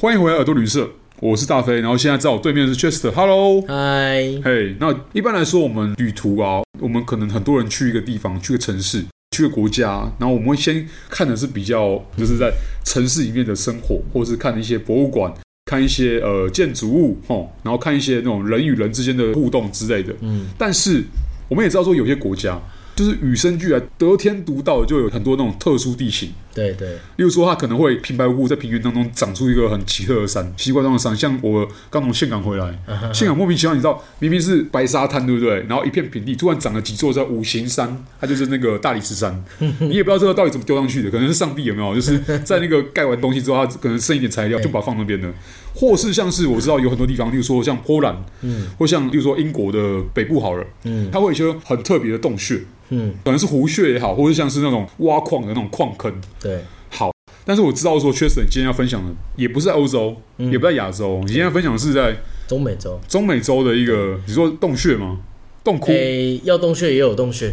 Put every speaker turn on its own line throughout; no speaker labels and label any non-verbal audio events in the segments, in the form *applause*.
欢迎回来耳朵旅社，我是大飞，然后现在在我对面是 Chester，Hello，
嗨，
嘿那一般来说，我们旅途啊，我们可能很多人去一个地方，去个城市，去个国家，然后我们会先看的是比较，就是在城市里面的生活，或是看一些博物馆，看一些呃建筑物，吼，然后看一些那种人与人之间的互动之类的。
嗯，
但是我们也知道说，有些国家就是与生俱来得天独厚，就有很多那种特殊地形。
对对，
例如说，它可能会平白无故在平原当中长出一个很奇特的山，奇怪状的山。像我刚从岘港 *laughs* 回来，岘港莫名其妙，你知道，明明是白沙滩，对不对？然后一片平地，突然长了几座叫五行山，它就是那个大理石 *laughs* 山。你也不知道这个到底怎么丢上去的，可能是上帝有没有？就是在那个盖完东西之后，它可能剩一点材料，就把它放那边 *laughs* 了。或是像是我知道有很多地方，例如说像波兰，嗯，或像例如说英国的北部好了，嗯，它会有一些很特别的洞穴，
嗯，
可能是湖穴也好，或是像是那种挖矿的那种矿坑，
对，
好，但是我知道说，确实你今天要分享的也不是在欧洲，
嗯
也不在亚洲，你今天要分享的是在
中美洲，
中美洲的一
嗯
个，你说洞穴吗？洞窟？
诶、要洞穴也有洞穴。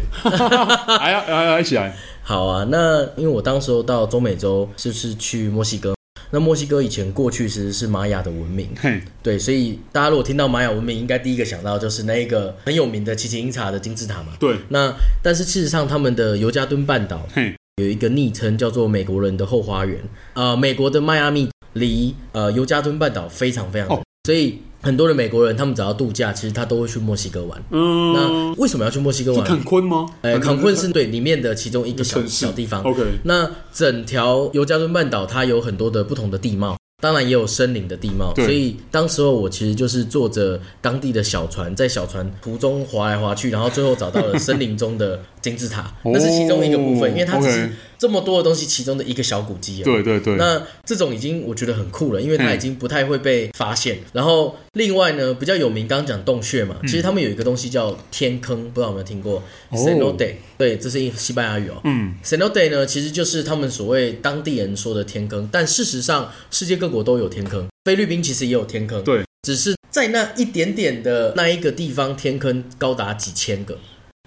哎呀，哎呀，一起来！
好啊，那因为我当时候到中美洲就是去墨西哥，那墨西哥以前过去其实是玛雅的文明，
嘿，
对，所以大家如果听到玛雅文明，应该第一个想到就是那一个很有名的奇琴因察的金字塔嘛。
对，
那但是事实上，他们的尤加敦半岛
嘿，
有一个昵称叫做“美国人的后花园”。呃，美国的迈阿密离呃尤加敦半岛非常非常近，
哦
所以很多的美国人他们只要度假，其实他都会去墨西哥玩。
嗯，
那为什么要去墨西哥
是
玩
坎？昆吗？
呃，
坎
坎昆是对里面的其中一个小
城市
小地方。
OK，
那整条尤加敦半岛它有很多的不同的地貌，当然也有森林的地貌，
对
所以当时候我其实就是坐着当地的小船，在小船途中划来划去，然后最后找到了森林中的金字塔，
*laughs* 哦
那是其中一个部分，因为它只
OK
是这么多的东西其中的一个小古迹而已。
对对对，
那这种已经我觉得很酷了，因为它
嗯
已经不太会被发现。然后另外呢，比较有名，刚刚讲洞穴嘛，
嗯
其实他们有一个东西叫天坑，不知道有没有听过
哦
c e n o d e 对，这是一西班牙语哦。
嗯，
s e n o Day 呢，其实就是他们所谓当地人说的天坑，但事实上世界各国都有天坑，菲律宾其实也有天坑，
对，
只是在那一点点的那一个地方，天坑高达几千个。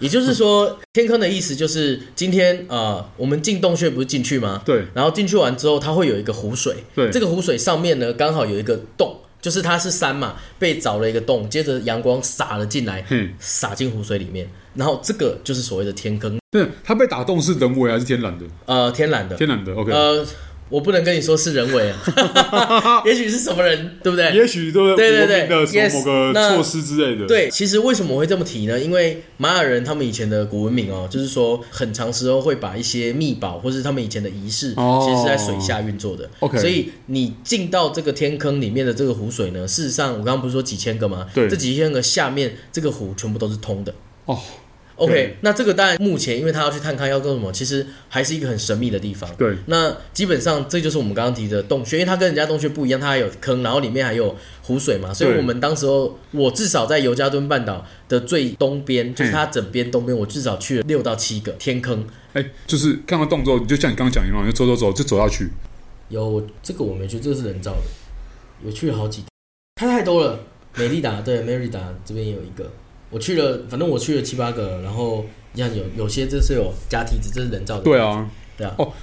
也就是说，天坑的意思就是今天啊、呃我们进洞穴不是进去吗？
对
然后进去完之后，它会有一个湖水，
对
这个湖水上面呢刚好有一个洞，就是它是山嘛，被凿了一个洞，接着阳光洒了进来，
嘿，
洒进湖水里面，然后这个就是所谓的天坑，
对，它被打洞是人为还是天然的？
呃，天然的，
天然的，OK，
呃，我不能跟你说是人
*laughs*
为啊，也许是什么人，对不对？
也许对
对对对
国民的
yes，
什么某个
那
措施之类的，，
对，其实为什么我会这么提呢？因为玛雅人他们以前的古文明哦，就是说很长时候会把一些秘宝或是他们以前的仪式，
哦
其实是在水下运作的。
OK
所以你进到这个天坑里面的这个湖水呢，事实上我刚刚不是说几千个吗？
对
这几千个下面这个湖全部都是通的。
哦，对
OK，那这个当然目前因为他要去探勘要做什么，其实还是一个很神秘的地方。
对，
那基本上这就是我们刚刚提的洞穴，因为它跟人家洞穴不一样，它还有坑，然后里面还有湖水嘛，所以
对
我们当时候我至少在尤加敦半岛的最东边，就是它整边东边，我至少去了六到七个天坑。
哎，就是看到洞之后，你就像你刚刚讲一样，你就走走走，就走下去，
有这个我没去，这个是人造的，有去了好几个，它太多了。美利达对，美利达这边也有一个，我去了，反正我去了七八个，然后你看有有些这是有加梯子，这是人造的，
对啊，
对啊。
哦，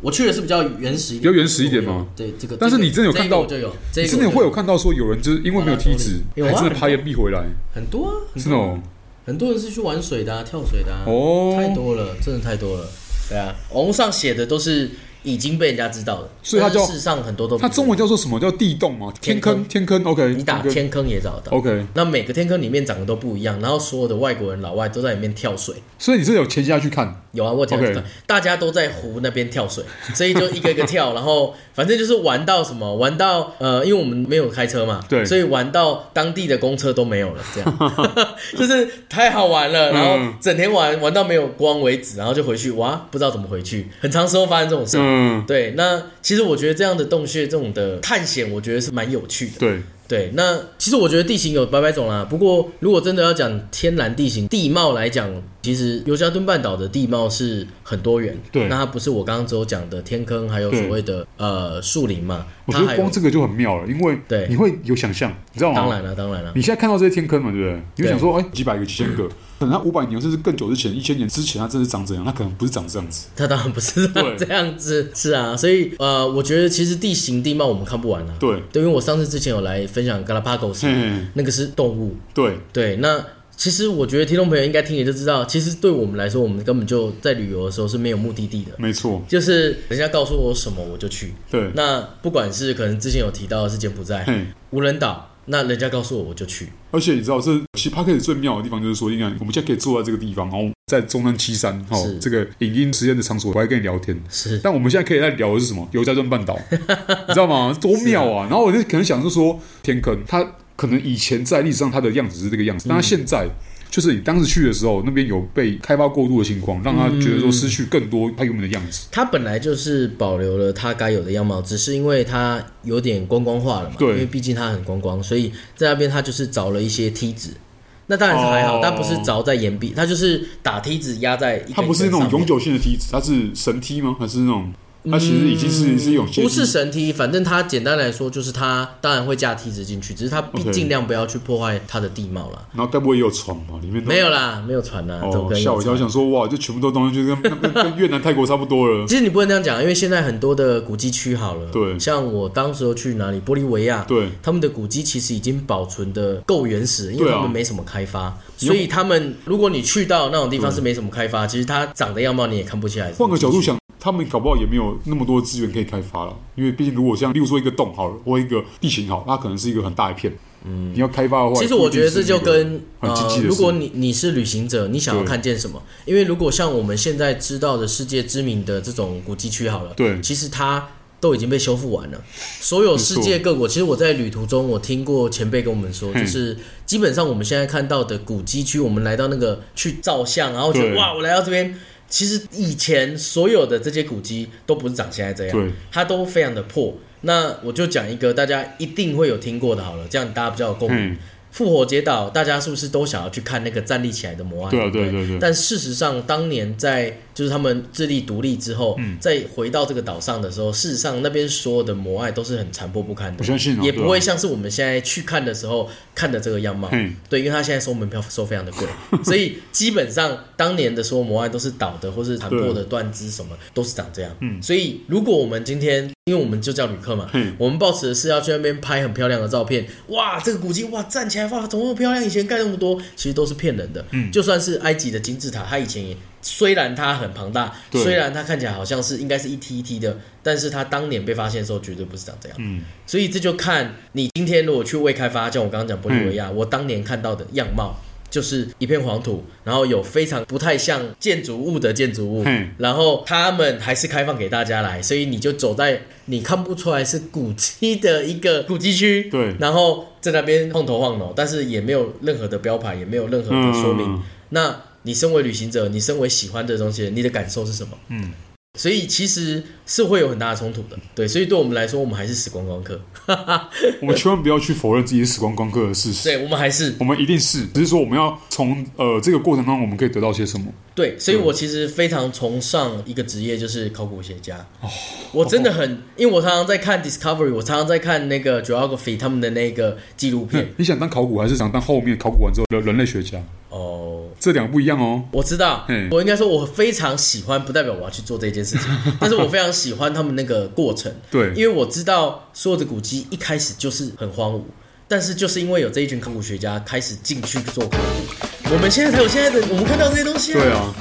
我去的是比较原始一点，
比较原始一点吗
这个我有？对，这个。
但是
这个
你真的有看到
这个我就有，这个
真的
我就
会有看到说有人就是因为没有梯子，
有啊
还真的爬岩壁回来，
很多啊，很
是那
多
种
很多人是去玩水的、啊、跳水的、啊，太
哦，
多了，真的太多了。对啊，网络上写的都是已经被人家知道的，
所以它
但是
叫
事实上很多都不
它
是
中文叫做什么叫地洞吗？天
天
坑，
坑
天坑，OK，
你打天坑也找得到。
，OK，
那每个天坑里面长得都不一样，然后所有的外国人老外都在里面跳水。
所以你是有潜下去看，
有啊，我有跳
OK
跳大家都在湖那边跳水，所以就一个一个跳，然后反正就是玩到什么，玩到呃，因为我们没有开车嘛，
对
所以玩到当地的公车都没有了，
*laughs*
这样就是太好玩了，然后
嗯
整天玩玩到没有光为止，然后就回去，哇，不知道怎么回去，很长时候发生这种事。
嗯，
对，那其实我觉得这样的洞穴这种的探险，我觉得是蛮有趣的。
对，
对，那其实我觉得地形有百百种啦，不过如果真的要讲天然地形地貌来讲，其实尤加敦半岛的地貌是很多元。
对
那它不是我刚刚只有讲的天坑，还有所谓的呃树林嘛，
我觉
它还
得
有
光这个就很妙了，因为
对
你会有想象，你知道吗？
当然了，当
*laughs*
然了，
你现在看到这些天坑嘛，对不对？你会想说，哎、几百个、几千个，可能它五百年甚至更久之前、一千年之前，它真的长怎样？它可能不是长这样子。
它当然不是
对
这样子，是啊，所以呃，我觉得其实地形地貌我们看不完啊。
对，
对，因为我上次之前有来分享 Galapagos，、
嘿嘿嘿
那个是动物，
对，
对，那其实我觉得听众朋友应该听也就知道，其实对我们来说，我们根本就在旅游的时候是没有目的地的，
没错，
就是人家告诉我什么我就去。
对，
那不管是可能之前有提到的是柬埔寨、
嘿。
无人岛，那人家告诉我我就去。
而且你知道，这其实 p a r k 最妙的地方就是说，你看我们现在可以坐在这个地方，然后在中山七山，哈、
是
这个影音实验的场所，我还跟你聊天。
是
但我们现在可以在聊的是什么？尤加敦半
*laughs*
岛，你知道吗？多妙啊！然后我就可能想是说，天坑它可能以前在历史上它的样子是这个样子，
嗯
但它现在。就是你当时去的时候，那边有被开发过度的情况，让他觉得说失去更多它原本的样子。
它本来就是保留了它该有的样貌，只是因为它有点观光化了嘛。
对
因为毕竟它很观光，所以在那边它就是凿了一些梯子。那当然是还好，
哦
它不是凿在岩壁，它就是打梯子压在一根
它不是那种
上面
永久性的梯子，它是神梯吗？还是那种？它其实已经是是一种阶梯
嗯不是神梯，反正它简单来说就是它当然会架梯子进去，只是它必
OK
尽量不要去破坏它的地貌啦。
然后该不会也有床吧？里面都
没有啦，没有船啦，怎
哦，
么可能
吓
有
我一跳，
船？
想说哇，这全部都东西就跟 *laughs* 跟跟越南、泰国差不多了。
其实你不能这样讲，因为现在很多的古迹区好了，
对
像我当时候去哪里，玻利维亚，
对，
他们的古迹其实已经保存的够原始，因为
对啊
他们没什么开发，所以他们如果你去到那种地方是没什么开发，其实它长的样貌你也看不起来。
换个角度，想，他们搞不好也没有那么多资源可以开发了，因为毕竟如果像例如说一个洞好了，或一个地形好，它可能是一个很大一片。嗯，你要开发的话，
其实我觉得这就跟
很经济的
呃，
事
如果你你是旅行者，你想要
对
看见什么？因为如果像我们现在知道的世界知名的这种古迹区好了，
对
其实它都已经被修复完了。所有世界各国，其实我在旅途中，我听过前辈跟我们说，
嘿
就是基本上我们现在看到的古迹区，我们来到那个去照相，然后觉得
对
哇，我来到这边。其实以前所有的这些古迹都不是长现在这样，
对
它都非常的破。那我就讲一个大家一定会有听过的，好了，这样大家比较有共鸣。
嗯，
复活节岛，大家是不是都想要去看那个站立起来的摩艾？
对啊
不
对对对
但事实上，当年在就是他们智利独立之后，
嗯
再回到这个岛上的时候，事实上那边所有的摩艾都是很残破不堪的。
我相信哦
也
对啊
不会像是我们现在去看的时候看的这个样貌。
嗯
对，因为他现在收门票收非
*laughs*
常的贵，所以基本上当年的说摩艾都是倒的，或是残破的断肢什么，都是长这样。嗯，所以如果我们今天，因为我们就叫旅客嘛
嗯，
我们抱持的是要去那边拍很漂亮的照片，哇，这个古迹哇站起来哇，怎么那么漂亮？以前盖那么多，其实都是骗人的。嗯，就算是埃及的金字塔，它以前也。虽然它很庞大，
对
虽然它看起来好像是应该是一梯一梯的，但是它当年被发现的时候绝对不是长这样。
嗯，
所以这就看你今天如果去未开发，像我刚刚讲玻利维
嗯
亚，我当年看到的样貌就是一片黄土，然后有非常不太像建筑物的建筑物
嘿，
然后他们还是开放给大家来，所以你就走在你看不出来是古迹的一个古迹区，
对
然后在那边晃头晃脑，但是也没有任何的标牌，也没有任何的说明，
嗯
那你身为旅行者，你身为喜欢这东西的，你的感受是什么？
嗯，
所以其实是会有很大的冲突的。对，所以对我们来说，我们还是死观光 *laughs* 客。
我们千万不要去否认自己是时光光客的事实，
对，我们还是
我们一定是，只是说我们要从呃这个过程当中，我们可以得到些什么。
对，所以
嗯
我其实非常崇尚一个职业，就是考古学家。哦，我真的很，因为我常常在看 Discovery，我常常在看那个 Geography 他们的那个纪录片。
你想当考古，还是想当后面考古完之后的人类学家？
哦，
这两个不一样哦。
我知道
嗯，
我应该说我非常喜欢，不代表我要去做这
*laughs*
件事情，但是我非常喜欢他们那个过程。
对
因为我知道所有的古迹一开始就是很荒芜，但是就是因为有这一群考古学家开始进去做考古，我们现在才有现在的我们看到这些东西、啊。
对啊，